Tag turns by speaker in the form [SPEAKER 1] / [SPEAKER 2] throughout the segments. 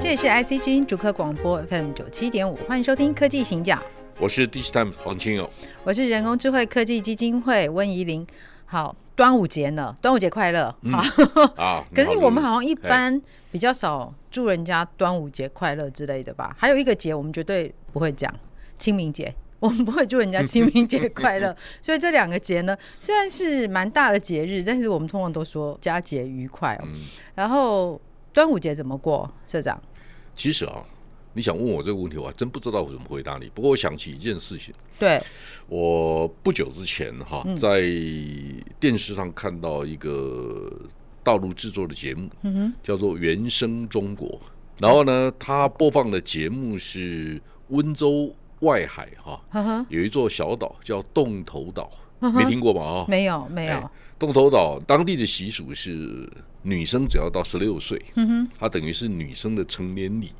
[SPEAKER 1] 这里是 IC 之音主客广播 FM 九七点五，欢迎收听科技行脚，
[SPEAKER 2] 我是 Digitime 黄清友，
[SPEAKER 1] 我是人工智慧科技基金会温怡玲。好，端午节呢，端午节快乐！好，
[SPEAKER 2] 啊
[SPEAKER 1] 可是我们好像一般比较少祝人家端午节快乐之类的吧？还有一个节我们绝对不会讲，清明节。我们不会祝人家清明节快乐，所以这两个节呢，虽然是蛮大的节日，但是我们通常都说佳节愉快、哦。然后端午节怎么过？社长，
[SPEAKER 2] 其实啊，你想问我这个问题，我还真不知道我怎么回答你。不过我想起一件事情，
[SPEAKER 1] 对，
[SPEAKER 2] 我不久之前哈，
[SPEAKER 1] 嗯
[SPEAKER 2] 在电视上看到一个大陆制作的节目，
[SPEAKER 1] 嗯
[SPEAKER 2] 叫做《原生中国》。然后呢，它播放的节目是温州外海哈，
[SPEAKER 1] 呵呵，
[SPEAKER 2] 有一座小岛叫洞头岛，
[SPEAKER 1] 嗯
[SPEAKER 2] 没听过吧？啊，
[SPEAKER 1] 没有没有，
[SPEAKER 2] 哎洞头岛当地的习俗是，女生只要到十六岁，
[SPEAKER 1] 嗯哼，
[SPEAKER 2] 她等于是女生的成年礼，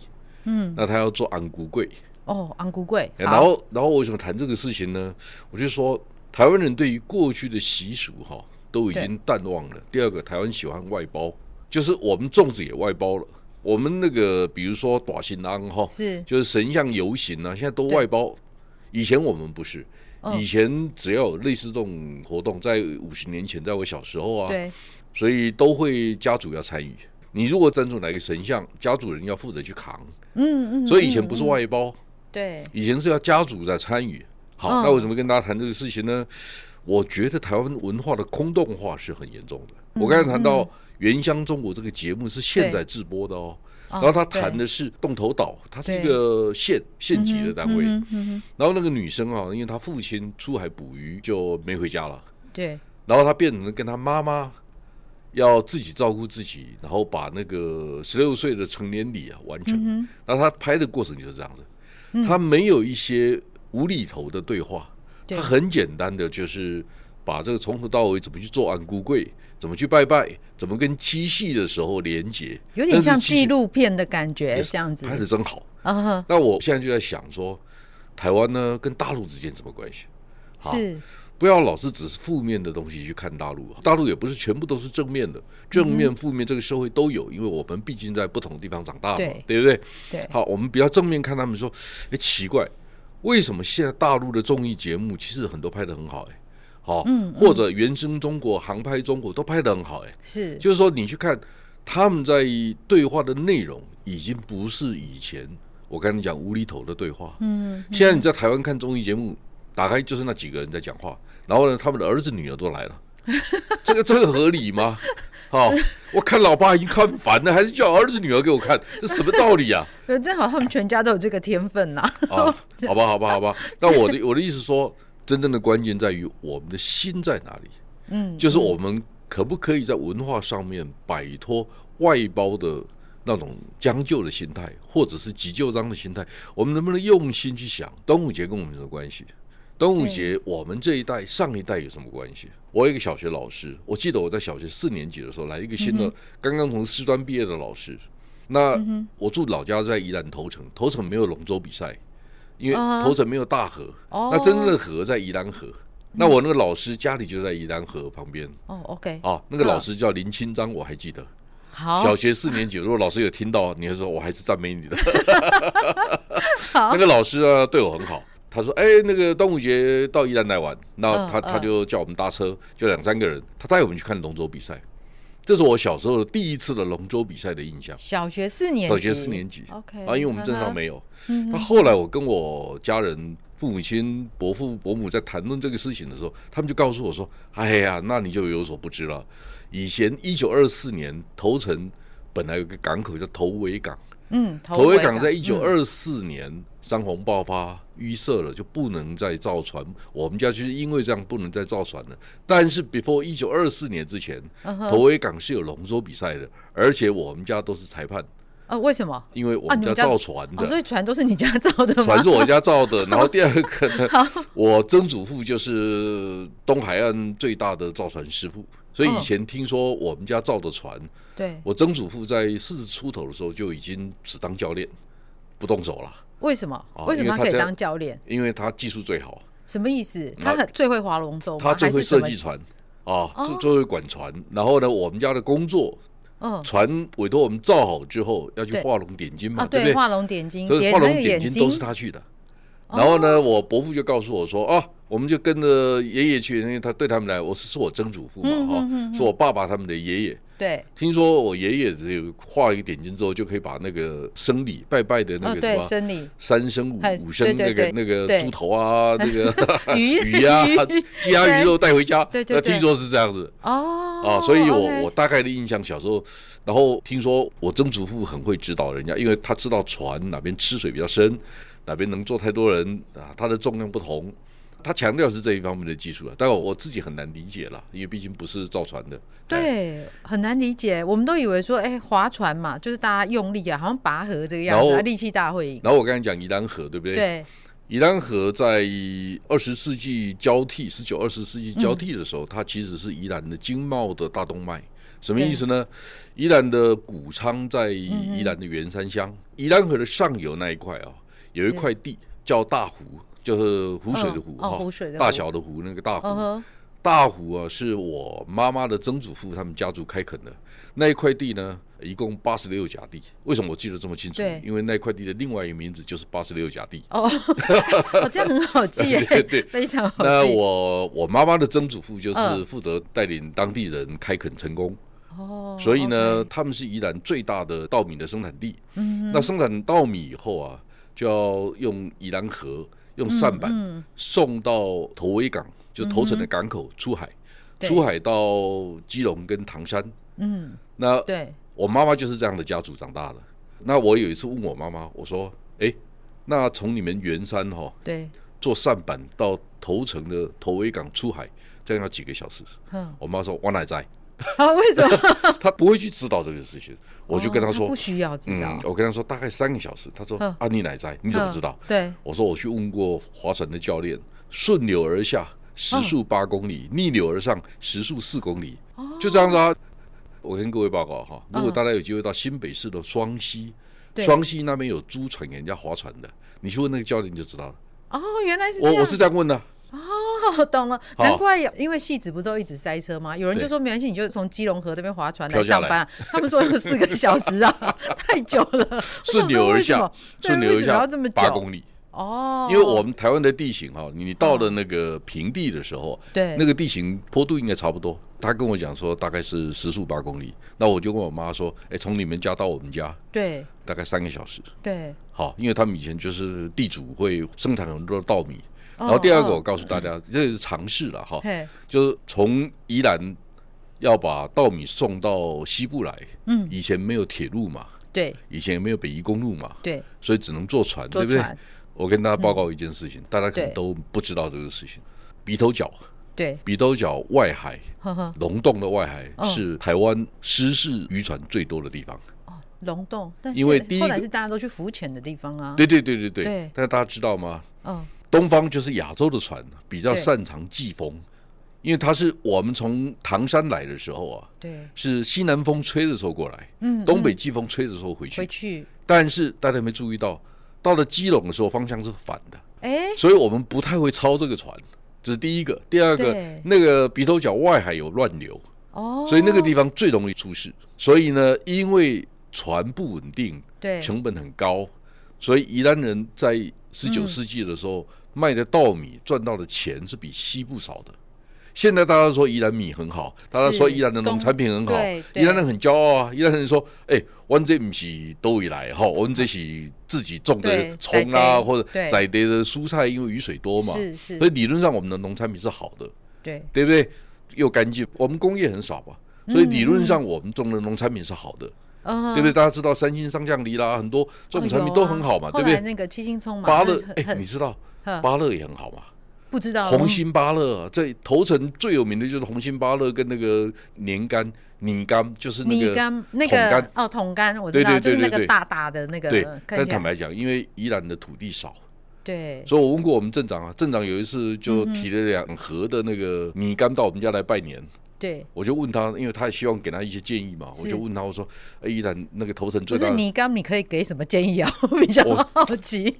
[SPEAKER 1] 嗯，
[SPEAKER 2] 那她要做安姑柜。
[SPEAKER 1] 哦，昂古贵，
[SPEAKER 2] 哎然后，然后为什么谈这个事情呢？我就说，台湾人对于过去的习俗哈、都已经淡忘了。第二个，台湾喜欢外包，就是我们粽子也外包了。我们那个比如说短新安哈，
[SPEAKER 1] 是
[SPEAKER 2] 就是神像游行啊，现在都外包。以前我们不是，
[SPEAKER 1] 嗯
[SPEAKER 2] 以前只要有类似这种活动，在五十年前，在我小时候啊，
[SPEAKER 1] 对，
[SPEAKER 2] 所以都会家属要参与。你如果赞助哪个神像，家主人要负责去扛，
[SPEAKER 1] 嗯嗯，
[SPEAKER 2] 所以以前
[SPEAKER 1] 嗯
[SPEAKER 2] 不是
[SPEAKER 1] 嗯
[SPEAKER 2] 外包，
[SPEAKER 1] 对，
[SPEAKER 2] 以前是要家属在参与。好，
[SPEAKER 1] 嗯
[SPEAKER 2] 那为什么跟大家谈这个事情呢？我觉得台湾文化的空洞化是很严重的。
[SPEAKER 1] 嗯
[SPEAKER 2] 我刚才谈到《原乡中国》这个节目是现在直播的哦，
[SPEAKER 1] 然
[SPEAKER 2] 然后他谈的是洞头岛，它是一个县县级的单位。
[SPEAKER 1] 嗯哼嗯哼
[SPEAKER 2] 然后那个女生啊，因为她父亲出海捕鱼就没回家了，
[SPEAKER 1] 对，
[SPEAKER 2] 然后她变成了跟她妈妈要自己照顾自己，然后把那个十六岁的成年礼啊完成。
[SPEAKER 1] 嗯
[SPEAKER 2] 那他拍的过程就是这样子
[SPEAKER 1] 嗯，
[SPEAKER 2] 他没有一些无厘头的对话，
[SPEAKER 1] 对
[SPEAKER 2] 他很简单的就是把这个从头到尾怎么去做安姑柜，怎么去拜拜，怎么跟七夕的时候连接，
[SPEAKER 1] 有点像
[SPEAKER 2] 但是七夕
[SPEAKER 1] 纪录片的感觉，这样子，
[SPEAKER 2] 拍的真好。
[SPEAKER 1] 嗯哼，
[SPEAKER 2] 那我现在就在想说，台湾呢跟大陆之间什么关系？好
[SPEAKER 1] 是，
[SPEAKER 2] 不要老是只是负面的东西去看大陆，啊大陆也不是全部都是正面的，正面、负面这个社会都有，因为我们毕竟在不同的地方长大嘛，
[SPEAKER 1] 对
[SPEAKER 2] 对不对？
[SPEAKER 1] 对，
[SPEAKER 2] 好，我们比较正面看他们说，哎，奇怪，为什么现在大陆的综艺节目其实很多拍的很好、诶，哎，好、
[SPEAKER 1] 嗯嗯
[SPEAKER 2] 或者原生中国、航拍中国都拍的很好、诶，哎，
[SPEAKER 1] 是，
[SPEAKER 2] 就是说你去看他们在对话的内容，已经不是以前我跟你讲无厘头的对话。
[SPEAKER 1] 嗯，
[SPEAKER 2] 现在你在台湾看综艺节目，打开就是那几个人在讲话，然后呢，他们的儿子女儿都来了，这个这 个合理吗？好、我看老爸已经看烦了，还是叫儿子女儿给我看，这什么道理啊？
[SPEAKER 1] 呃正好他们全家都有这个天分呐，
[SPEAKER 2] 啊，好吧，好吧，好吧。那我的我的意思说，真正的关键在于我们的心在哪里，
[SPEAKER 1] 嗯，
[SPEAKER 2] 就是我们可不可以在文化上面摆脱外包的那种将就的心态，或者是急就章的心态，我们能不能用心去想端午节跟我们有什么关系？端午节我们这一代上一代有什么关系？我有一个小学老师，我记得我在小学四年级的时候来一个新
[SPEAKER 1] 嗯
[SPEAKER 2] 的，刚刚从师专毕业的老师。那我住老家在宜兰头城，头城没有龙舟比赛，因为
[SPEAKER 1] 嗯哼
[SPEAKER 2] 头城没有大河，
[SPEAKER 1] 哦嗯
[SPEAKER 2] 那真正的河在宜兰河。那我那个老师家里就在宜兰河旁边
[SPEAKER 1] 哦，OK，
[SPEAKER 2] 啊，那个
[SPEAKER 1] 嗯
[SPEAKER 2] 老师叫林清章，我还记得。
[SPEAKER 1] 好，
[SPEAKER 2] 小学四年级，如果老师有听到，你会说我还是赞美你的。
[SPEAKER 1] 好
[SPEAKER 2] 那个老师啊，对我很好。他说：“哎、那个端午节到宜兰来玩，那
[SPEAKER 1] 嗯
[SPEAKER 2] 他、他
[SPEAKER 1] 嗯
[SPEAKER 2] 就叫我们搭车，就两三个人，他带我们去看龙舟比赛。这是我小时候第一次的龙舟比赛的印象，
[SPEAKER 1] 小学四年级，
[SPEAKER 2] 小学四年级。
[SPEAKER 1] ，OK，
[SPEAKER 2] 啊，因为我们镇上
[SPEAKER 1] 嗯哼，
[SPEAKER 2] 没有。
[SPEAKER 1] 嗯
[SPEAKER 2] 那
[SPEAKER 1] 哼
[SPEAKER 2] 后来我跟我家人、父母亲、伯父、伯母在谈论这个事情的时候，他们就告诉我说：“哎呀，那你就有所不知了。以前一九二四年头城本来有个港口叫头尾港，
[SPEAKER 1] 嗯，头
[SPEAKER 2] 头尾港在一
[SPEAKER 1] 嗯
[SPEAKER 2] 九二四年山洪爆发淤塞了，就不能再造船。我们家就是因为这样不能再造船了。但是 before 一九二四年之前，
[SPEAKER 1] 嗯哼
[SPEAKER 2] 头尾港是有龙舟比赛的，而且我们家都是裁判，
[SPEAKER 1] 哦，为什么？
[SPEAKER 2] 因为我
[SPEAKER 1] 啊
[SPEAKER 2] 们
[SPEAKER 1] 你们家
[SPEAKER 2] 造船的。
[SPEAKER 1] 哦，所以啊船都是你家造的吗？
[SPEAKER 2] 船是我家造的， 然后第二个呢，我曾祖父就是东海岸最大的造船师傅，所以以前听说我们家造的船，
[SPEAKER 1] 嗯对，
[SPEAKER 2] 我曾祖父在四十出头的时候就已经只当教练，不动手了，
[SPEAKER 1] 为什么？
[SPEAKER 2] 哦
[SPEAKER 1] 为什
[SPEAKER 2] 因为
[SPEAKER 1] 么
[SPEAKER 2] 他
[SPEAKER 1] 可以
[SPEAKER 2] 家
[SPEAKER 1] 当教练？
[SPEAKER 2] 因为他技术最好，
[SPEAKER 1] 什么意思？
[SPEAKER 2] 他
[SPEAKER 1] 他很最会划龙舟吗？
[SPEAKER 2] 他最会
[SPEAKER 1] 还是什
[SPEAKER 2] 设
[SPEAKER 1] 么
[SPEAKER 2] 计。船啊，最
[SPEAKER 1] 哦
[SPEAKER 2] 最会管船。然后呢，我们家的工作，
[SPEAKER 1] 嗯，
[SPEAKER 2] 船委托我们造好之后要去
[SPEAKER 1] 对
[SPEAKER 2] 画龙点睛嘛，
[SPEAKER 1] 啊，
[SPEAKER 2] 对不对？
[SPEAKER 1] 画龙点睛，
[SPEAKER 2] 所以
[SPEAKER 1] 叠
[SPEAKER 2] 画
[SPEAKER 1] 那
[SPEAKER 2] 龙
[SPEAKER 1] 个
[SPEAKER 2] 点
[SPEAKER 1] 眼
[SPEAKER 2] 睛
[SPEAKER 1] 睛哦
[SPEAKER 2] 都是他去的。然后呢，我伯父就告诉我说啊，我们就跟着爷爷去，因为他对他们来，我是是我曾祖父嘛
[SPEAKER 1] 嗯
[SPEAKER 2] 哈、
[SPEAKER 1] 嗯嗯嗯
[SPEAKER 2] 是我爸爸他们的爷爷。
[SPEAKER 1] 对，
[SPEAKER 2] 听说我爷爷只有画一个点睛之后，就可以把那个生理拜拜的那
[SPEAKER 1] 哦，
[SPEAKER 2] 个
[SPEAKER 1] 对，
[SPEAKER 2] 什么。
[SPEAKER 1] 生理
[SPEAKER 2] 三生五
[SPEAKER 1] 还
[SPEAKER 2] 五生那
[SPEAKER 1] 对
[SPEAKER 2] 个
[SPEAKER 1] 对
[SPEAKER 2] 那
[SPEAKER 1] 对
[SPEAKER 2] 个
[SPEAKER 1] 对
[SPEAKER 2] 猪头啊，那个
[SPEAKER 1] 鱼
[SPEAKER 2] 鱼啊，鸡鸭鱼肉带回家。
[SPEAKER 1] 对对
[SPEAKER 2] 那
[SPEAKER 1] 对
[SPEAKER 2] 听说是这样子
[SPEAKER 1] 哦
[SPEAKER 2] 啊，所以我
[SPEAKER 1] OK
[SPEAKER 2] 我大概的印象小时候，然后听说我曾祖父很会指导人家，因为他知道船哪边吃水比较深，哪边能坐太多人啊，它的重量不同。他强调是这一方面的技术了，但我我自己很难理解了，因为毕竟不是造船的。哎，
[SPEAKER 1] 对很难理解，我们都以为说，哎，划船嘛，就是大家用力啊，好像拔河这个样子
[SPEAKER 2] 然
[SPEAKER 1] 啊，
[SPEAKER 2] 后
[SPEAKER 1] 力气大会赢。
[SPEAKER 2] 然后我刚才讲宜兰河，对不对？。
[SPEAKER 1] 对，
[SPEAKER 2] 宜兰河在二十世纪交替，十九二十世纪
[SPEAKER 1] 嗯
[SPEAKER 2] 交替的时候，它其实是宜兰的经贸的大动脉。什么意思呢？宜兰的谷仓在宜兰的员山乡，宜兰河的上游那一块啊，有一块地叫大湖，就是湖水的湖
[SPEAKER 1] 嗯哦
[SPEAKER 2] 哈
[SPEAKER 1] 湖水的湖
[SPEAKER 2] 大小的湖那个大湖。
[SPEAKER 1] 嗯哼，
[SPEAKER 2] 大湖啊，是我妈妈的曾祖父他们家族开垦的那一块地呢，一共八十六甲地。为什么我记得这么清楚
[SPEAKER 1] 对？
[SPEAKER 2] 因为那块地的另外一个名字就是八十六甲地。
[SPEAKER 1] 哦， 哦，这样很好记耶，
[SPEAKER 2] 对对
[SPEAKER 1] 非常好记。
[SPEAKER 2] 那我我妈妈的曾祖父就是
[SPEAKER 1] 嗯
[SPEAKER 2] 负责带领当地人开垦成功，
[SPEAKER 1] 哦，
[SPEAKER 2] 所以呢
[SPEAKER 1] OK，嗯
[SPEAKER 2] 他们是宜兰最大的稻米的生产地。那生产稻米以后啊，就要用宜兰河用扇板、
[SPEAKER 1] 嗯
[SPEAKER 2] 送到头尾港，就头城的港口出海，
[SPEAKER 1] 嗯对
[SPEAKER 2] 出海到基隆跟唐山。
[SPEAKER 1] 嗯，
[SPEAKER 2] 那
[SPEAKER 1] 对，
[SPEAKER 2] 我妈妈就是这样的家族长大的。那我有一次问我妈妈，我说：“诶，那从你们圆山哈、
[SPEAKER 1] 对，
[SPEAKER 2] 坐扇板到头城的头尾港出海，这样要几个小时？
[SPEAKER 1] 嗯，
[SPEAKER 2] 我妈说我哪在，
[SPEAKER 1] 啊，为什么？
[SPEAKER 2] 她不会去指导这个事情。 我就跟她
[SPEAKER 1] 哦
[SPEAKER 2] 说，
[SPEAKER 1] 不需要知道
[SPEAKER 2] 嗯，，我跟她说大概三个小时。她说
[SPEAKER 1] 嗯
[SPEAKER 2] 啊，你哪在？你怎么知道？
[SPEAKER 1] 嗯对，
[SPEAKER 2] 我说我去问过划船的教练，顺流而下时速八公里，
[SPEAKER 1] 嗯
[SPEAKER 2] 逆流而上时速四公里，
[SPEAKER 1] 哦
[SPEAKER 2] 就这样子啊。我跟各位报告哈，如果大家有机会到新北市的双溪，
[SPEAKER 1] 嗯对
[SPEAKER 2] 双溪那边有租船给人家划船的，你去问那个教练你就知道了。
[SPEAKER 1] 哦，原来是这
[SPEAKER 2] 我
[SPEAKER 1] 样。
[SPEAKER 2] 我是这样问的、
[SPEAKER 1] 哦，懂了，
[SPEAKER 2] 好
[SPEAKER 1] 难怪因为戏子不都一直塞车吗？有人就
[SPEAKER 2] 对
[SPEAKER 1] 说没关系，你就从基隆河这边划船来
[SPEAKER 2] 飘下
[SPEAKER 1] 上
[SPEAKER 2] 来
[SPEAKER 1] 班啊、他们说有四个小时啊， 太久 了。
[SPEAKER 2] 顺流而下
[SPEAKER 1] 我想
[SPEAKER 2] 顺
[SPEAKER 1] 说为什么对为
[SPEAKER 2] 流而
[SPEAKER 1] 什么
[SPEAKER 2] 下
[SPEAKER 1] 要这么
[SPEAKER 2] 八
[SPEAKER 1] 久？
[SPEAKER 2] 公里，
[SPEAKER 1] 哦，嗯
[SPEAKER 2] 因为我们台湾的地形哈，你你到了那个平地的时候，
[SPEAKER 1] 对
[SPEAKER 2] 那个地形坡度应该差不多。他跟我讲说大概是时速八公里，那我就跟我妈说，哎，从你们家到我们家
[SPEAKER 1] 对
[SPEAKER 2] 大概三个小时。
[SPEAKER 1] 对，
[SPEAKER 2] 好，因为他们以前就是地主会生产很多的稻米。
[SPEAKER 1] 哦
[SPEAKER 2] 然后第二个，
[SPEAKER 1] 哦
[SPEAKER 2] 我告诉 大家，这是尝试了哈，
[SPEAKER 1] 嘿，
[SPEAKER 2] 就是从宜兰要把稻米送到西部来，
[SPEAKER 1] 嗯，
[SPEAKER 2] 以前没有铁路嘛，
[SPEAKER 1] 对
[SPEAKER 2] 以前也没有北宜公路嘛，
[SPEAKER 1] 对，
[SPEAKER 2] 所以只能坐船，
[SPEAKER 1] 坐
[SPEAKER 2] 对不对？
[SPEAKER 1] 船，
[SPEAKER 2] 我跟大家报告一件事情，大家可能
[SPEAKER 1] 对
[SPEAKER 2] 都不知道这个事情。鼻头角，
[SPEAKER 1] 对，
[SPEAKER 2] 鼻头角外海，
[SPEAKER 1] 呵呵，
[SPEAKER 2] 龙洞的外海
[SPEAKER 1] 哦
[SPEAKER 2] 是台湾失事渔船最多的地方。
[SPEAKER 1] 嗯龙洞，哦但是
[SPEAKER 2] 因为第一个
[SPEAKER 1] 后来是大家都去浮潜的地方啊。，
[SPEAKER 2] 对对对对对。
[SPEAKER 1] 对
[SPEAKER 2] 但是大家知道吗？
[SPEAKER 1] 嗯，
[SPEAKER 2] 东方就是亚洲的船，比较
[SPEAKER 1] 对
[SPEAKER 2] 擅长季风，因为它是我们从唐山来的时候啊，
[SPEAKER 1] 对，
[SPEAKER 2] 是西南风吹的时候过来，
[SPEAKER 1] 嗯，
[SPEAKER 2] 东北
[SPEAKER 1] 嗯
[SPEAKER 2] 季风吹的时候回去。
[SPEAKER 1] 回去，
[SPEAKER 2] 但是大家有没有注意到，到了基隆的时候方向是反的。
[SPEAKER 1] 哎，
[SPEAKER 2] 所以我们不太会抄这个船，这是第一个。第二个
[SPEAKER 1] 对，
[SPEAKER 2] 那个鼻头角外海有乱流，
[SPEAKER 1] 哦，
[SPEAKER 2] 所以那个地方最容易出事。所以呢，因为船不稳定，
[SPEAKER 1] 对，
[SPEAKER 2] 成本很高，所以宜兰人在十
[SPEAKER 1] 嗯
[SPEAKER 2] 九世纪的时候、卖的稻米赚到的钱是比西部少的。现在大家说宜兰米很好，大家说宜兰的农产品很好
[SPEAKER 1] 东对，对
[SPEAKER 2] 宜兰人很骄傲啊。宜兰人说：“哎、我们这不是都以来哈，我们这是自己种的
[SPEAKER 1] 对
[SPEAKER 2] 葱
[SPEAKER 1] 在
[SPEAKER 2] 啊，
[SPEAKER 1] 地
[SPEAKER 2] 或者
[SPEAKER 1] 对
[SPEAKER 2] 栽的的蔬菜，因为雨水多嘛，
[SPEAKER 1] 是
[SPEAKER 2] 所以
[SPEAKER 1] 是，
[SPEAKER 2] 理论上我们的农产品是好的，
[SPEAKER 1] 对，
[SPEAKER 2] 对不对？又干净，我们工业很少吧，所以理论上我们种的农产品是好的。
[SPEAKER 1] 嗯
[SPEAKER 2] 对不对？大家知道三星、上将、梨啦，很多这种产品都很好嘛，
[SPEAKER 1] 哦有啊
[SPEAKER 2] 对不
[SPEAKER 1] 后来
[SPEAKER 2] 对？
[SPEAKER 1] 那个七星葱嘛，
[SPEAKER 2] 芭乐
[SPEAKER 1] 很，
[SPEAKER 2] 哎、
[SPEAKER 1] 很嗯
[SPEAKER 2] 你知道
[SPEAKER 1] 呵
[SPEAKER 2] 芭乐也很好嘛？
[SPEAKER 1] 不知道
[SPEAKER 2] 红心芭乐啊在头城最有名的就是红心芭乐跟那个年柑、泥柑，就是那
[SPEAKER 1] 泥
[SPEAKER 2] 个
[SPEAKER 1] 干那
[SPEAKER 2] 桶柑
[SPEAKER 1] 个哦桶干，我知道，
[SPEAKER 2] 对对
[SPEAKER 1] 就是那
[SPEAKER 2] 对对
[SPEAKER 1] 个
[SPEAKER 2] 对
[SPEAKER 1] 大大的那个，
[SPEAKER 2] 对，
[SPEAKER 1] 看
[SPEAKER 2] 但
[SPEAKER 1] 起来
[SPEAKER 2] 坦白讲，因为宜兰的土地少，
[SPEAKER 1] 对，嗯
[SPEAKER 2] 所以我问过我们镇长啊，镇长有一次就提了两盒的那个米干到我们家来拜年，
[SPEAKER 1] 对，
[SPEAKER 2] 我就问他，因为他希望给他一些建议嘛，
[SPEAKER 1] 是
[SPEAKER 2] 我就问他我说，哎，依然那个头城
[SPEAKER 1] 不
[SPEAKER 2] 最
[SPEAKER 1] 是
[SPEAKER 2] 大的，
[SPEAKER 1] 泥干，你可以给什么建议啊？ 我比较
[SPEAKER 2] 我
[SPEAKER 1] 好奇，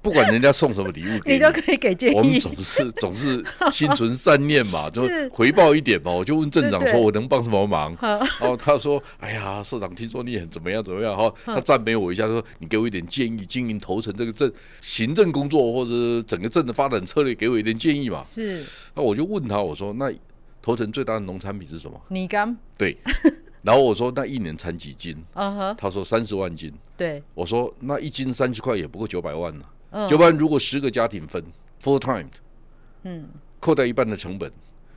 [SPEAKER 2] 不管人家送什么礼物 给
[SPEAKER 1] 你都可以给建
[SPEAKER 2] 我们
[SPEAKER 1] 议。
[SPEAKER 2] 总是总是心存善念 嘛，就是回报一点嘛。我就问镇长
[SPEAKER 1] 对对
[SPEAKER 2] 说：“我能帮什么忙？”
[SPEAKER 1] 呵
[SPEAKER 2] 然后他说：“哎呀，社长，听说你很怎么样怎么样。”哈，他赞美我一下，说：“你给我一点建议，经营头城这个镇行政工作或者是整个镇的发展策略，给我一点建议嘛。
[SPEAKER 1] 是”
[SPEAKER 2] 那我就问他，我说：“那头城最大的农产品是什么
[SPEAKER 1] 泥干，？”
[SPEAKER 2] 对，然后我说：“那一年产几斤
[SPEAKER 1] 嗯？”哼，
[SPEAKER 2] 他说：“三十万斤。”
[SPEAKER 1] 对，
[SPEAKER 2] 我说：“那一斤三十块也不过九百万呢、
[SPEAKER 1] 嗯
[SPEAKER 2] 九百万如果十个家庭分，full time 的
[SPEAKER 1] 嗯，
[SPEAKER 2] 扣掉一半的成本，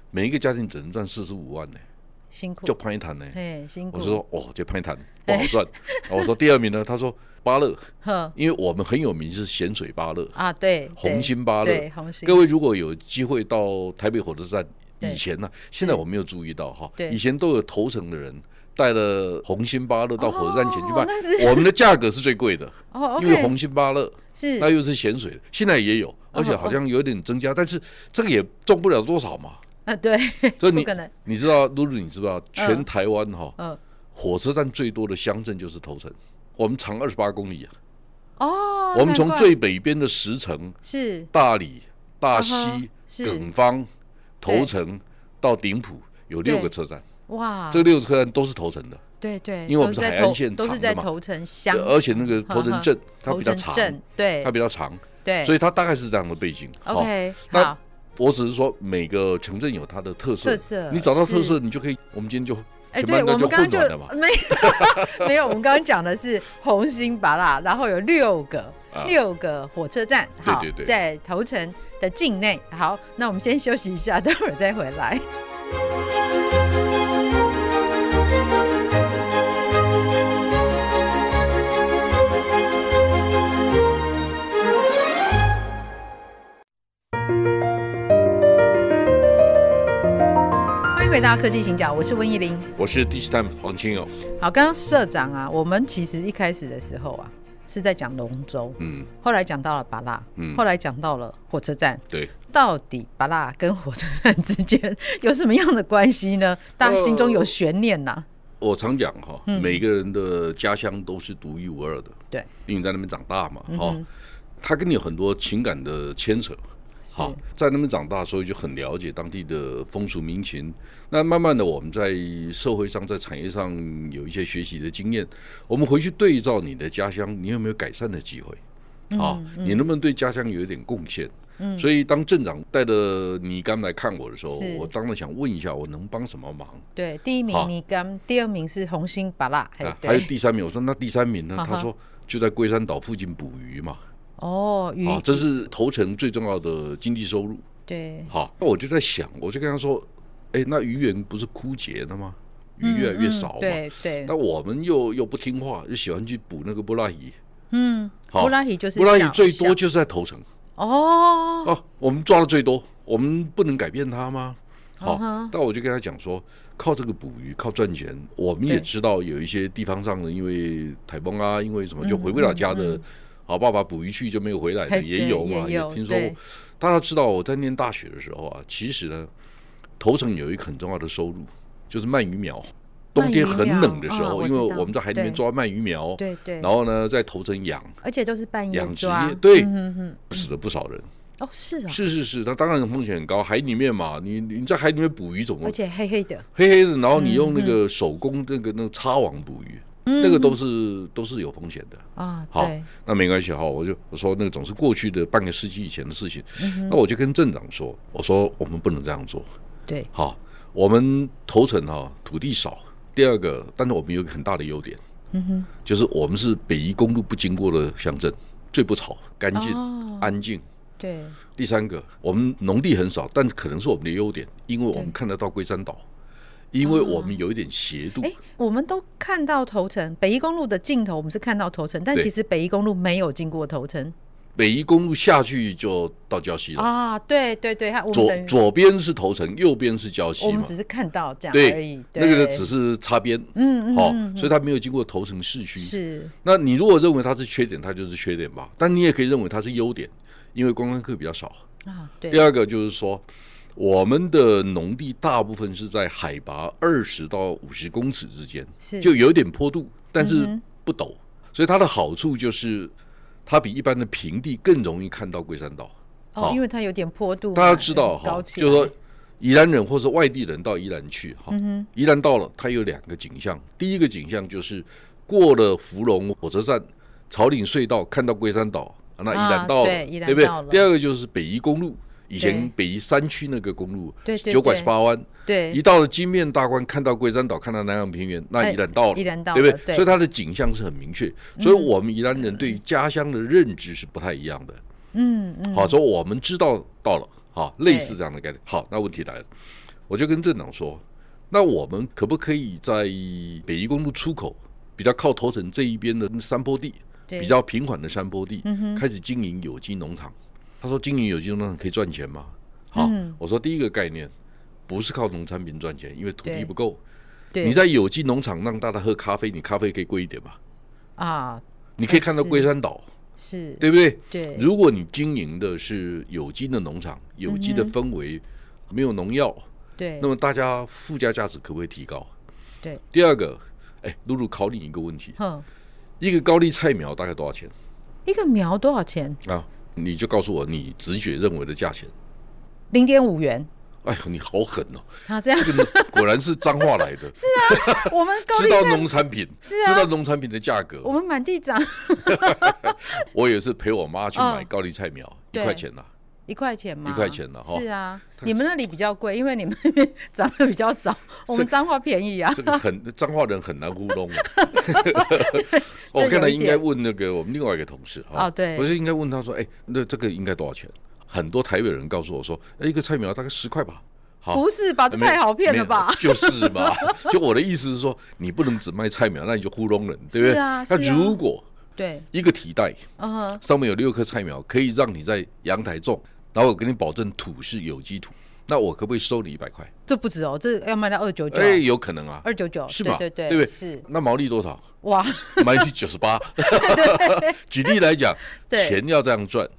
[SPEAKER 2] 每一个家庭只能赚四十五万呢、
[SPEAKER 1] 辛苦
[SPEAKER 2] 就，攀一谈呢、
[SPEAKER 1] 哎，辛苦。
[SPEAKER 2] 我说哦，这攀一谈
[SPEAKER 1] 哎
[SPEAKER 2] 不好赚。然后我说第二名呢，他说芭乐，
[SPEAKER 1] 呵
[SPEAKER 2] 因为我们很有名是咸水芭乐、
[SPEAKER 1] 啊，对，对
[SPEAKER 2] 红心芭乐
[SPEAKER 1] 对。红心，
[SPEAKER 2] 各位如果有机会到台北火车站，
[SPEAKER 1] 对
[SPEAKER 2] 以前呢、现在我没有注意到哈，
[SPEAKER 1] 对
[SPEAKER 2] 以前都有头城的人带了红心芭乐到火车站前去
[SPEAKER 1] 哦那是
[SPEAKER 2] 卖，我们的价格是最贵的，
[SPEAKER 1] 哦
[SPEAKER 2] 因为
[SPEAKER 1] ，OK，
[SPEAKER 2] 红心芭乐。
[SPEAKER 1] 是哦
[SPEAKER 2] 那又是咸水的，现在也有，而且好像有点增加，但是这个也种不了多少嘛。
[SPEAKER 1] 啊，对，
[SPEAKER 2] 所
[SPEAKER 1] 不
[SPEAKER 2] 以你
[SPEAKER 1] 可能，
[SPEAKER 2] 你知道，露露，你知不知道全台湾哈、
[SPEAKER 1] 嗯，
[SPEAKER 2] 火车站最多的乡镇就是头城，我们长二十八公里啊，
[SPEAKER 1] 哦，
[SPEAKER 2] 我们从
[SPEAKER 1] 难怪
[SPEAKER 2] 最北边的石城、
[SPEAKER 1] 是
[SPEAKER 2] 大理、大
[SPEAKER 1] 嗯哼
[SPEAKER 2] 溪、
[SPEAKER 1] 是
[SPEAKER 2] 垦方、
[SPEAKER 1] 对
[SPEAKER 2] 头城到顶埔。有
[SPEAKER 1] 对
[SPEAKER 2] 六个车站，
[SPEAKER 1] 哇，
[SPEAKER 2] 这六个车站都是头城的，
[SPEAKER 1] 对对，
[SPEAKER 2] 因为我们
[SPEAKER 1] 都
[SPEAKER 2] 是
[SPEAKER 1] 在
[SPEAKER 2] 海岸
[SPEAKER 1] 头
[SPEAKER 2] 线
[SPEAKER 1] 都是
[SPEAKER 2] 长
[SPEAKER 1] 在
[SPEAKER 2] 的嘛
[SPEAKER 1] 头城乡，
[SPEAKER 2] 而且那个头
[SPEAKER 1] 呵
[SPEAKER 2] 城
[SPEAKER 1] 呵
[SPEAKER 2] 镇它
[SPEAKER 1] 嗯头
[SPEAKER 2] 比较
[SPEAKER 1] 城
[SPEAKER 2] 长，
[SPEAKER 1] 镇，对
[SPEAKER 2] 它比较长，
[SPEAKER 1] 对，
[SPEAKER 2] 所
[SPEAKER 1] 以
[SPEAKER 2] 以它大概是这样的背景。哦
[SPEAKER 1] OK
[SPEAKER 2] 那
[SPEAKER 1] 好，
[SPEAKER 2] 我只是说每个城镇有它的特色，
[SPEAKER 1] 特色
[SPEAKER 2] 你找到特
[SPEAKER 1] 是
[SPEAKER 2] 色，你就可以。我们今天就
[SPEAKER 1] 哎，
[SPEAKER 2] 全
[SPEAKER 1] 对
[SPEAKER 2] 班
[SPEAKER 1] 我
[SPEAKER 2] 都
[SPEAKER 1] 们刚刚
[SPEAKER 2] 混
[SPEAKER 1] 就
[SPEAKER 2] 暖了嘛，
[SPEAKER 1] 没有 没有，我们刚刚讲的是红星拔蜡，然后有六个。
[SPEAKER 2] 啊
[SPEAKER 1] 六个火车站，
[SPEAKER 2] 对
[SPEAKER 1] 好，
[SPEAKER 2] 对对
[SPEAKER 1] 在头城的境内。好，那我们先休息一下，待会儿再回来。欢迎回到科技行脚，我是温怡玲。
[SPEAKER 2] 我是第 i 探黄清友，
[SPEAKER 1] 好，刚刚社长啊，我们其实一开始的时候啊，是在讲龙舟，
[SPEAKER 2] 嗯，
[SPEAKER 1] 后来讲到了巴拉，
[SPEAKER 2] 嗯
[SPEAKER 1] 后来讲到了火车站，
[SPEAKER 2] 对，
[SPEAKER 1] 到底巴拉跟火车站之间有什么样的关系 呢？大家心中有悬念呐、
[SPEAKER 2] 我常讲哈，
[SPEAKER 1] 嗯
[SPEAKER 2] 每个人的家乡都是独一无二的，
[SPEAKER 1] 对，嗯
[SPEAKER 2] 因为你在那边长大嘛，哈、
[SPEAKER 1] 哼
[SPEAKER 2] 他跟你有很多情感的牵扯，
[SPEAKER 1] 是
[SPEAKER 2] 好，在那边长大，所以就很了解当地的风俗民情。那慢慢的，我们在社会上、在产业上有一些学习的经验，我们回去对照你的家乡，你有没有改善的机会？
[SPEAKER 1] 嗯
[SPEAKER 2] 啊，你能不能对家乡有一点贡献？嗯，所以当镇长带着你刚来看我的时候
[SPEAKER 1] 是，
[SPEAKER 2] 我当然想问一下，我能帮什么忙？
[SPEAKER 1] 对，第一名
[SPEAKER 2] 好
[SPEAKER 1] 尼甘，第二名是红星巴拉，还有
[SPEAKER 2] 啊，还有
[SPEAKER 1] 哎对，
[SPEAKER 2] 第三名，我说那第三名呢
[SPEAKER 1] 啊？哈
[SPEAKER 2] 他说就在龟山岛附近捕鱼嘛，
[SPEAKER 1] 哦，鱼，
[SPEAKER 2] 啊，这是头城最重要的经济收入。
[SPEAKER 1] 对，
[SPEAKER 2] 好，那我就在想，我就跟他说，哎，那鱼源不是枯竭的吗？鱼越来越少嘛。
[SPEAKER 1] 嗯对对
[SPEAKER 2] 那，我们又又不听话，又喜欢去捕那个布拉鱼。
[SPEAKER 1] 嗯，
[SPEAKER 2] 好
[SPEAKER 1] 布拉提就是
[SPEAKER 2] 布拉鱼
[SPEAKER 1] 小
[SPEAKER 2] 最多
[SPEAKER 1] 小
[SPEAKER 2] 就是在头城
[SPEAKER 1] 哦，
[SPEAKER 2] 哦，我们抓的最多，我们不能改变它吗？好
[SPEAKER 1] 嗯哼，
[SPEAKER 2] 那我就跟他讲说，靠这个捕鱼，靠赚钱，我们也
[SPEAKER 1] 对
[SPEAKER 2] 知道有一些地方上的，因为台风啊，因为什么就回不了家的，好爸爸捕鱼去就没有回来的
[SPEAKER 1] 嗯嘿
[SPEAKER 2] 也有嘛，
[SPEAKER 1] 对也有
[SPEAKER 2] 听说
[SPEAKER 1] 对
[SPEAKER 2] 过。大家知道我在念大学的时候啊，其实呢，头城有一个很重要的收入，就是卖鱼苗。冬天很冷的时候，
[SPEAKER 1] 鳗鱼苗哦
[SPEAKER 2] 因为
[SPEAKER 1] 我知道
[SPEAKER 2] 我们在海里面
[SPEAKER 1] 对
[SPEAKER 2] 抓鳗鱼苗，
[SPEAKER 1] 对对，
[SPEAKER 2] 然后呢在头城养
[SPEAKER 1] 而且都是半夜
[SPEAKER 2] 养殖
[SPEAKER 1] 抓
[SPEAKER 2] 业，，对，
[SPEAKER 1] 嗯哼，
[SPEAKER 2] 死了不少人。
[SPEAKER 1] 哦，是啊，
[SPEAKER 2] 是是是，它当然风险很高，海里面嘛，你你在海里面捕鱼怎么
[SPEAKER 1] 而且嗯黑黑的，
[SPEAKER 2] 黑黑的，然后你用那个手工那个那个叉网捕鱼，
[SPEAKER 1] 嗯
[SPEAKER 2] 那个都是都是有风险的。
[SPEAKER 1] 啊，
[SPEAKER 2] 好
[SPEAKER 1] 对，
[SPEAKER 2] 那没关系哈，我就我说那个总是过去的半个世纪以前的事情，
[SPEAKER 1] 嗯
[SPEAKER 2] 那我就跟镇长说，我说我们不能这样做，
[SPEAKER 1] 对，
[SPEAKER 2] 好，我们头城哈、土地少，第二个，但是我们有一个很大的优点，嗯哼，就是我们是北宜公路不经过的乡镇，最不吵，干净、
[SPEAKER 1] 哦
[SPEAKER 2] 安静。
[SPEAKER 1] 对，
[SPEAKER 2] 第三个，我们农地很少，但可能是我们的优点，因为我们看得到龟山岛，因为我们有一点斜度。
[SPEAKER 1] 哎，我们都看到头城北宜公路的尽头，我们是看到头城，但
[SPEAKER 2] 对
[SPEAKER 1] 其实北宜公路没有经过头城
[SPEAKER 2] 北宜公路下去就到礁溪了，
[SPEAKER 1] 啊。对对对，它我们
[SPEAKER 2] 左
[SPEAKER 1] 等于
[SPEAKER 2] 左边是头城，右边是礁溪
[SPEAKER 1] 我
[SPEAKER 2] 嘛
[SPEAKER 1] 们只。是看到这样而已
[SPEAKER 2] 对，，那个呢只
[SPEAKER 1] 是
[SPEAKER 2] 是擦边，
[SPEAKER 1] 嗯嗯
[SPEAKER 2] 好、
[SPEAKER 1] 嗯
[SPEAKER 2] 所以它没有经过头城市区。
[SPEAKER 1] 是
[SPEAKER 2] 那你如果认为它是缺点，它就是缺点吧。但你也可以认为它是优点，因为观光客比较少。
[SPEAKER 1] 啊，对
[SPEAKER 2] 第，二个就是说，我们的农地大部分是在海拔二十到五十公尺之间，
[SPEAKER 1] 是
[SPEAKER 2] 就有点坡度，但
[SPEAKER 1] 嗯
[SPEAKER 2] 是
[SPEAKER 1] 哼
[SPEAKER 2] 不陡，所以它的好处就是它比一般的平地更容易看到龟山岛。
[SPEAKER 1] 哦，因为它有点坡度嘛，
[SPEAKER 2] 大家知
[SPEAKER 1] 高
[SPEAKER 2] 道哈，
[SPEAKER 1] 起
[SPEAKER 2] 就是
[SPEAKER 1] 来
[SPEAKER 2] 说宜兰人或者外地人到宜兰去哈，宜兰到了，它有两个景象，第一个景象就是过了芙蓉火车站草岭隧道，看到龟山岛，啊那宜
[SPEAKER 1] 啊
[SPEAKER 2] 兰到了，
[SPEAKER 1] 对宜兰
[SPEAKER 2] 不对
[SPEAKER 1] 到了？
[SPEAKER 2] 第二个就是北宜公路。以
[SPEAKER 1] 对
[SPEAKER 2] 前北宜山区那个公路，
[SPEAKER 1] 对对
[SPEAKER 2] 九拐十八弯，
[SPEAKER 1] 对
[SPEAKER 2] 一到了金面大关，看到龟山岛，看到南洋平原，那
[SPEAKER 1] 哎
[SPEAKER 2] 宜兰到了，
[SPEAKER 1] 宜兰到
[SPEAKER 2] 对不
[SPEAKER 1] 了对
[SPEAKER 2] 对？所以它的景象是很明确，所以我们宜兰人对于家乡的认知是不太一样的。
[SPEAKER 1] 嗯嗯，
[SPEAKER 2] 好，所以我们知道到了，好，类似这样的概念。好，那问题来了，我就跟政党说，那我们可不可以在北宜公路出口比较靠头城这一边的山坡地，
[SPEAKER 1] 对嗯
[SPEAKER 2] 比较平缓的山坡地，开始经营有机农场？他说经营有机农场可以赚钱吗？好，
[SPEAKER 1] 嗯
[SPEAKER 2] 我说第一个概念不是靠农产品赚钱，因为土
[SPEAKER 1] 对
[SPEAKER 2] 地不够。
[SPEAKER 1] 对
[SPEAKER 2] 你在有机农场让大家喝咖啡，你咖啡可以贵一点嘛？
[SPEAKER 1] 啊
[SPEAKER 2] 你可以看到
[SPEAKER 1] 是
[SPEAKER 2] 龟山岛，
[SPEAKER 1] 是，
[SPEAKER 2] 对不对？
[SPEAKER 1] 对
[SPEAKER 2] 如果你经营的是有机的农场，有机的氛围，没有农药，
[SPEAKER 1] 对
[SPEAKER 2] 那么大家附加价值可不可以提高？
[SPEAKER 1] 对，
[SPEAKER 2] 第二个，哎，露露考你一个问题：
[SPEAKER 1] 哼，
[SPEAKER 2] 一个高丽菜苗大概多少钱
[SPEAKER 1] 一个苗多少钱？
[SPEAKER 2] 啊？你就告诉我你直觉认为的价钱。
[SPEAKER 1] 零点五元。
[SPEAKER 2] 哎呦，你好狠哦！
[SPEAKER 1] 啊，这样
[SPEAKER 2] 这个果然是脏话来的，
[SPEAKER 1] 我们高
[SPEAKER 2] 知
[SPEAKER 1] 丽
[SPEAKER 2] 道
[SPEAKER 1] 菜，
[SPEAKER 2] 农产品，
[SPEAKER 1] 是啊
[SPEAKER 2] 知道农产品的价格。
[SPEAKER 1] 我们满地长
[SPEAKER 2] 我也是陪我妈去买
[SPEAKER 1] 嗯
[SPEAKER 2] 高丽菜苗，一
[SPEAKER 1] 对
[SPEAKER 2] 块钱啊呐、
[SPEAKER 1] 一块钱嘛，
[SPEAKER 2] 一块钱了哈
[SPEAKER 1] 是啊，你们那里比较贵，因为你们 那边涨得比较 少，我们彰化便宜啊。
[SPEAKER 2] 这个很彰化人很难糊 弄、啊。
[SPEAKER 1] 这
[SPEAKER 2] 我
[SPEAKER 1] 有
[SPEAKER 2] 看来
[SPEAKER 1] 一
[SPEAKER 2] 应该
[SPEAKER 1] 点
[SPEAKER 2] 问那个我们另外一个同事
[SPEAKER 1] 哦对
[SPEAKER 2] 我就应该问他说，哎、那这个应该多少钱？很多台北人告诉我说，哎、一个菜苗大概十块吧。好，
[SPEAKER 1] 不是吧？这太好骗了吧
[SPEAKER 2] 哦没有？就是嘛， 就我的意思是说，你不能只卖菜苗，那你就糊弄人，对不对？
[SPEAKER 1] 是啊是啊
[SPEAKER 2] 那如果
[SPEAKER 1] 对，
[SPEAKER 2] 一个提袋
[SPEAKER 1] 嗯哼，
[SPEAKER 2] 上面有六颗菜苗，可以让你在阳台种，然后我给你保证土是有机土，那我可不可以收你一百块？
[SPEAKER 1] 这不止哦，这要卖到二九九
[SPEAKER 2] 哎、，有可能啊，
[SPEAKER 1] 二九九，
[SPEAKER 2] 是
[SPEAKER 1] 对
[SPEAKER 2] 吧？
[SPEAKER 1] 对对，
[SPEAKER 2] 对不对？
[SPEAKER 1] 是
[SPEAKER 2] 那毛利 多少？
[SPEAKER 1] 哇，
[SPEAKER 2] 买去九 十八。举例来讲，
[SPEAKER 1] 对嗯
[SPEAKER 2] 钱要这样赚。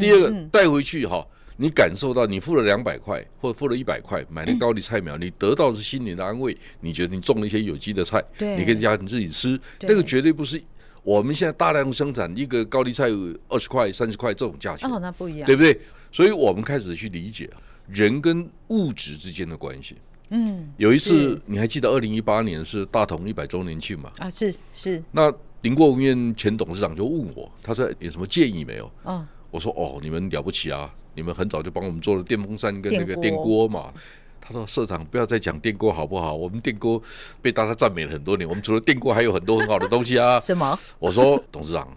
[SPEAKER 2] 第二个带回去哈，你感受到你付了两百块或付了一百块买那高丽菜苗，你得到的是心灵的安慰。你觉得你种了一些有机的菜，
[SPEAKER 1] 对
[SPEAKER 2] 你可以家你自己吃，
[SPEAKER 1] 对
[SPEAKER 2] 那个绝对不是我们现在大量生产一个高丽菜二十块、三十块这种价钱，
[SPEAKER 1] 哦，那不一样
[SPEAKER 2] 对，不对？所以我们开始去理解人跟物质之间的关系。
[SPEAKER 1] 嗯，
[SPEAKER 2] 有一次
[SPEAKER 1] 是，
[SPEAKER 2] 你还记得二零一八年是大同一百周年庆嘛？
[SPEAKER 1] 啊，是是，
[SPEAKER 2] 那林国文院前董事长就问我，他说有什么建议没有？
[SPEAKER 1] 嗯，
[SPEAKER 2] 我说哦，你们了不起啊，你们很早就帮我们做了电风扇跟
[SPEAKER 1] 电
[SPEAKER 2] 那个
[SPEAKER 1] 锅
[SPEAKER 2] 电锅嘛。他说：“社长，不要再讲电锅好不好？我们电锅被大家赞美了很多年，我们除了电锅还有很多很好的东西啊。
[SPEAKER 1] 什么？”
[SPEAKER 2] 我说：“董事长，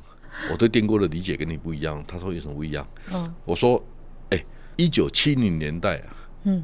[SPEAKER 2] 我对电锅的理解跟你不一样。”他说：“有什么不一样？”
[SPEAKER 1] 嗯
[SPEAKER 2] 我说：“哎，一九七零年代啊，
[SPEAKER 1] 嗯，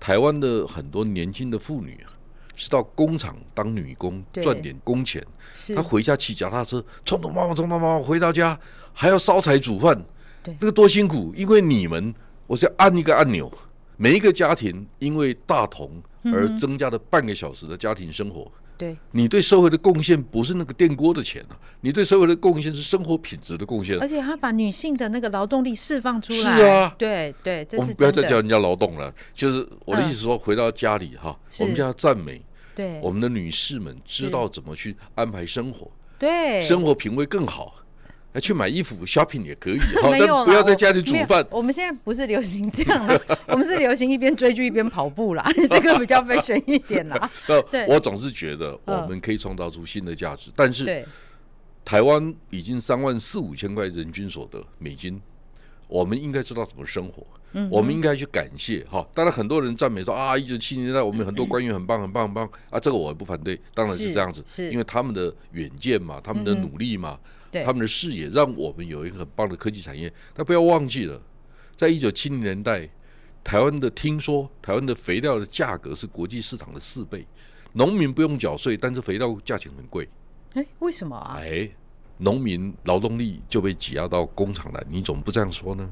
[SPEAKER 2] 台湾的很多年轻的妇女啊，是到工厂当女工
[SPEAKER 1] 对
[SPEAKER 2] 赚点工钱，
[SPEAKER 1] 是
[SPEAKER 2] 他回家骑脚踏车，冲动妈妈，冲动妈妈，回到家还要烧柴煮饭，
[SPEAKER 1] 对
[SPEAKER 2] 那个多辛苦！因为你们，我是要按一个按钮，每一个家庭因为大同
[SPEAKER 1] 嗯
[SPEAKER 2] 而增加了半个小时的家庭生活。
[SPEAKER 1] 对，
[SPEAKER 2] 你对社会的贡献不是那个电锅的钱啊，你对社会的贡献是生活品质的贡献啊
[SPEAKER 1] 而。且他把女性的那个劳动力释放出来，
[SPEAKER 2] 呃是啊
[SPEAKER 1] 对对，这
[SPEAKER 2] 我
[SPEAKER 1] 是
[SPEAKER 2] 们不要
[SPEAKER 1] 真的，
[SPEAKER 2] 再叫人家劳动了，就是我的
[SPEAKER 1] 嗯
[SPEAKER 2] 意思说，回到家里哈，
[SPEAKER 1] 是
[SPEAKER 2] 我们就要赞美
[SPEAKER 1] 对
[SPEAKER 2] 我们的女士们知
[SPEAKER 1] 是
[SPEAKER 2] 道怎么去安排生活。
[SPEAKER 1] 对，
[SPEAKER 2] 生活品味更好，哎去买衣服 shopping 也 可以，好，
[SPEAKER 1] 没有啦啊
[SPEAKER 2] 但不要在家里煮饭
[SPEAKER 1] 我没有。我们现在不是流行这样了， 我们是流行一边追剧一边跑步啦， 这个比较 fashion 一点啦。
[SPEAKER 2] 呃
[SPEAKER 1] 对嗯
[SPEAKER 2] 我总是觉得我们可以创造出新的价值，但是
[SPEAKER 1] 对，
[SPEAKER 2] 台湾已经三万四五千块人均所得美金，我们应该知道怎么生活，
[SPEAKER 1] 嗯
[SPEAKER 2] 我们应该去感谢哈。当然，很多人赞美说啊，一九七零年代我们很多官员很棒，很棒，很棒啊，这个我也不反对，当然
[SPEAKER 1] 是
[SPEAKER 2] 是这样子，
[SPEAKER 1] 是嗯
[SPEAKER 2] 因为他们的远见嘛，他们的努力嘛，
[SPEAKER 1] 对
[SPEAKER 2] 他们的视野，让我们有一个很棒的科技产业。但不要忘记了，在一九七零年代，台湾的听说，台湾的肥料的价格是国际市场的四倍，农民不用缴税，但是肥料价钱很贵。
[SPEAKER 1] 哎，为什么啊？
[SPEAKER 2] 哎，农民劳动力就被挤压到工厂来，你怎么不这样说呢？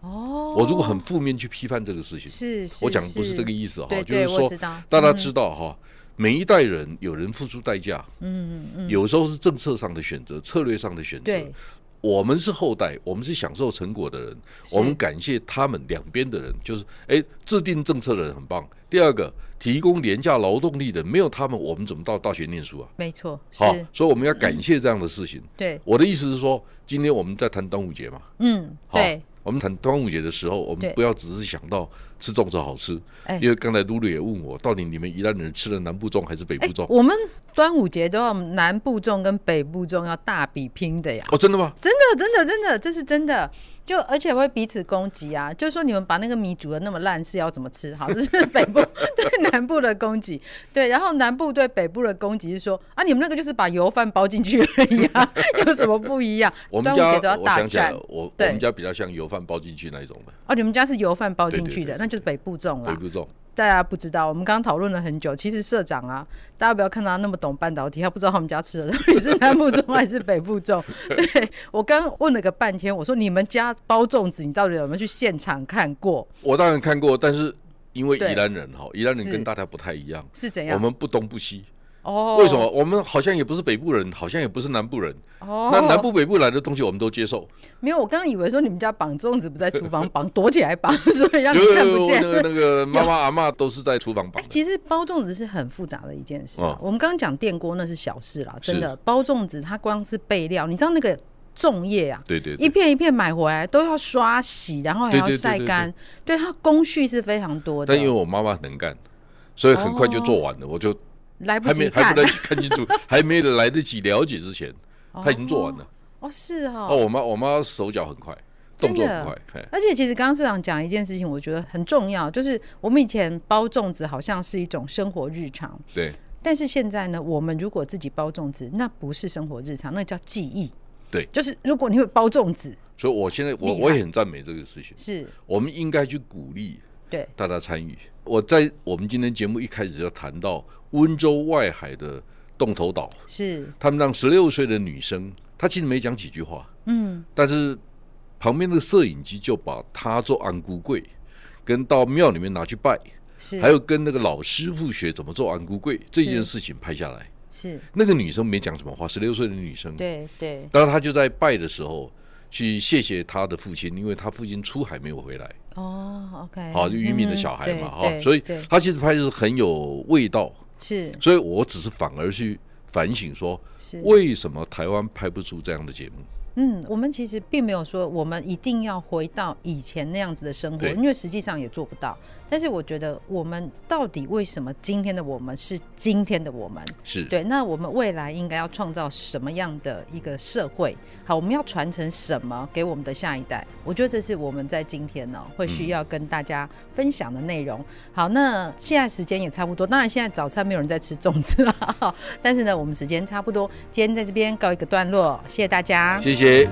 [SPEAKER 1] 哦，
[SPEAKER 2] 我如果很负面去批判这个事情，
[SPEAKER 1] 是是，
[SPEAKER 2] 我讲的不是这个意思哈哦
[SPEAKER 1] 对，
[SPEAKER 2] 就是
[SPEAKER 1] 对我
[SPEAKER 2] 说
[SPEAKER 1] 知道
[SPEAKER 2] 大家
[SPEAKER 1] 嗯
[SPEAKER 2] 知道哈，每一代人有人付出代价，
[SPEAKER 1] 嗯嗯嗯，
[SPEAKER 2] 有时候是政策上的选择，策略上的选择
[SPEAKER 1] 嗯对。
[SPEAKER 2] 我们是后代，我们是享受成果的人，
[SPEAKER 1] 是
[SPEAKER 2] 我们感谢他们两边的人，就是哎，制定政策的人很棒。第二个，提供廉价劳动力的，没有他们，我们怎么到大学念书啊？
[SPEAKER 1] 没错，是，嗯
[SPEAKER 2] 好，所以我们要感谢这样的事情。
[SPEAKER 1] 对，
[SPEAKER 2] 我的意思是说，今天我们在谈端午节嘛，
[SPEAKER 1] 嗯，
[SPEAKER 2] 好
[SPEAKER 1] 对，，
[SPEAKER 2] 我们谈端午节的时候，我
[SPEAKER 1] 对
[SPEAKER 2] 们不要只是想到吃粽子好吃，
[SPEAKER 1] 哎
[SPEAKER 2] 因为刚才露露也问我，到底你们宜兰人吃的南部粽还是北部粽？
[SPEAKER 1] 我们端午节都要南部粽跟北部粽要大比拼的呀。
[SPEAKER 2] 哦，真的吗？
[SPEAKER 1] 真的，真的，真的，这是真的。就而且会彼此攻击啊，就是说你们把那个米煮的那么烂是要怎么吃 好？这是北部对南部的攻击，对，然后南部对北部的攻击是说啊，你们那个就是把油饭包进去而已 啊，有什么不一样？
[SPEAKER 2] 我
[SPEAKER 1] 端
[SPEAKER 2] 们
[SPEAKER 1] 午
[SPEAKER 2] 家
[SPEAKER 1] 节都要
[SPEAKER 2] 我
[SPEAKER 1] 大
[SPEAKER 2] 想起来
[SPEAKER 1] 战
[SPEAKER 2] 了，我我
[SPEAKER 1] 对
[SPEAKER 2] 们家比较像油饭包进去那一种的
[SPEAKER 1] 哦，你们家是油饭包进
[SPEAKER 2] 对对
[SPEAKER 1] 去的，
[SPEAKER 2] 对
[SPEAKER 1] 那就是北部粽
[SPEAKER 2] 北
[SPEAKER 1] 啦。
[SPEAKER 2] 部粽。
[SPEAKER 1] 大家不知道，我们刚刚讨论了很久。其实社长啊，大家不要看他那么懂半导体，他不知道他们家吃的到底是南部粽还是北部粽。对我刚刚问了个半天，我说你们家包粽子，你到底有没有去现场看过？
[SPEAKER 2] 我当然看过，但是因为
[SPEAKER 1] 对
[SPEAKER 2] 宜兰人哈，宜兰人
[SPEAKER 1] 是
[SPEAKER 2] 跟大家不太一样，
[SPEAKER 1] 是怎样？
[SPEAKER 2] 我们不东不西。
[SPEAKER 1] 哦，
[SPEAKER 2] 为什么？？我们好像也不是北部人，好像也不是南部人。
[SPEAKER 1] 哦，
[SPEAKER 2] 那南部北部来的东西我们都接受。
[SPEAKER 1] 没有，我刚刚以为说你们家绑粽子不在厨房绑，躲起来绑，所以 让你
[SPEAKER 2] 有有
[SPEAKER 1] 看不
[SPEAKER 2] 有，
[SPEAKER 1] 见。
[SPEAKER 2] 那个那 个妈妈阿嬷都是在厨房
[SPEAKER 1] 哎
[SPEAKER 2] 绑，的。
[SPEAKER 1] 其实包粽子是很复杂的一件事、啊
[SPEAKER 2] 嗯。
[SPEAKER 1] 我们刚刚讲电锅那是小事啦，真
[SPEAKER 2] 是
[SPEAKER 1] 的包粽子它光是备料，你知道那个粽叶啊，
[SPEAKER 2] 对对对
[SPEAKER 1] 一片一片买回来都要刷洗，然后还要
[SPEAKER 2] 对对对
[SPEAKER 1] 晒干，对它工序是非常多的，
[SPEAKER 2] 但因为我妈妈很能干，所以很快就做完了，我就
[SPEAKER 1] 来哦不
[SPEAKER 2] 还没
[SPEAKER 1] 及
[SPEAKER 2] 还
[SPEAKER 1] 看
[SPEAKER 2] 不来得及看 清楚，还没来得及了解之前，她已经做完了。
[SPEAKER 1] 哦，是
[SPEAKER 2] 哦，
[SPEAKER 1] 哦。
[SPEAKER 2] 我妈我妈手脚很快，
[SPEAKER 1] 真
[SPEAKER 2] 动
[SPEAKER 1] 的
[SPEAKER 2] 作很快，嘿
[SPEAKER 1] 而且其实刚刚市长讲一件事情，我觉得很重要，就是我们以前包粽子好像是一种生活日常，
[SPEAKER 2] 对
[SPEAKER 1] 但是现在呢，我们如果自己包粽子，那不是生活日常，那叫记忆。
[SPEAKER 2] 对
[SPEAKER 1] 就是如果你会包粽子，
[SPEAKER 2] 所以我现在
[SPEAKER 1] 厉
[SPEAKER 2] 我
[SPEAKER 1] 害
[SPEAKER 2] 我也很赞美这个事情，
[SPEAKER 1] 是
[SPEAKER 2] 我们应该去鼓励
[SPEAKER 1] 对，
[SPEAKER 2] 大家参与。我在我们今天节目一开始就谈到温州外海的洞头岛，
[SPEAKER 1] 是，
[SPEAKER 2] 他们让十六岁的女生，她其实没讲几句话，
[SPEAKER 1] 嗯，
[SPEAKER 2] 但是旁边那个摄影机就把她做安姑柜，跟到庙里面拿去拜，
[SPEAKER 1] 是，
[SPEAKER 2] 还有跟那个老师傅学怎么做安菇柜这件事情拍下来。
[SPEAKER 1] 是，
[SPEAKER 2] 那个女生没讲什么话，十六岁的女生，
[SPEAKER 1] 对对，
[SPEAKER 2] 当然她就在拜的时候去谢谢她的父亲，因为她父亲出海没有回来，啊
[SPEAKER 1] 哦，OK，
[SPEAKER 2] 好、就渔民的小孩嘛，哈、所以
[SPEAKER 1] 嗯对
[SPEAKER 2] 她其实拍的是很有味道。
[SPEAKER 1] 是
[SPEAKER 2] 所以我只是反而去反省说，
[SPEAKER 1] 是，
[SPEAKER 2] 为什么台湾拍不出这样的节目？
[SPEAKER 1] 嗯，我们其实并没有说我们一定要回到以前那样子的生活，
[SPEAKER 2] 对
[SPEAKER 1] 因为实际上也做不到。但是我觉得，我们到底为什么今天的我们是今天的我们？
[SPEAKER 2] 是
[SPEAKER 1] 对，那我们未来应该要创造什么样的一个社会？好，我们要传承什么给我们的下一代？我觉得这是我们在今天呢、会需要跟大家分享的内
[SPEAKER 2] 嗯
[SPEAKER 1] 容。好，那现在时间也差不多，当然现在早餐没有人在吃粽子了， 但是呢，我们时间差不多，今天在这边告一个段落，谢谢大家，
[SPEAKER 2] 谢谢。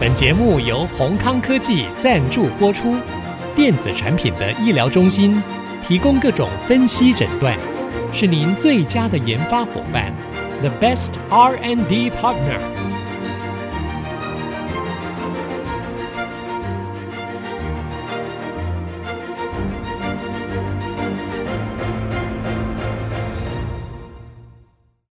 [SPEAKER 3] 本节目由宏康科技赞助播出。电子产品的医疗中心提供各种分析诊断，是您最佳的研发伙伴，The best R&D partner。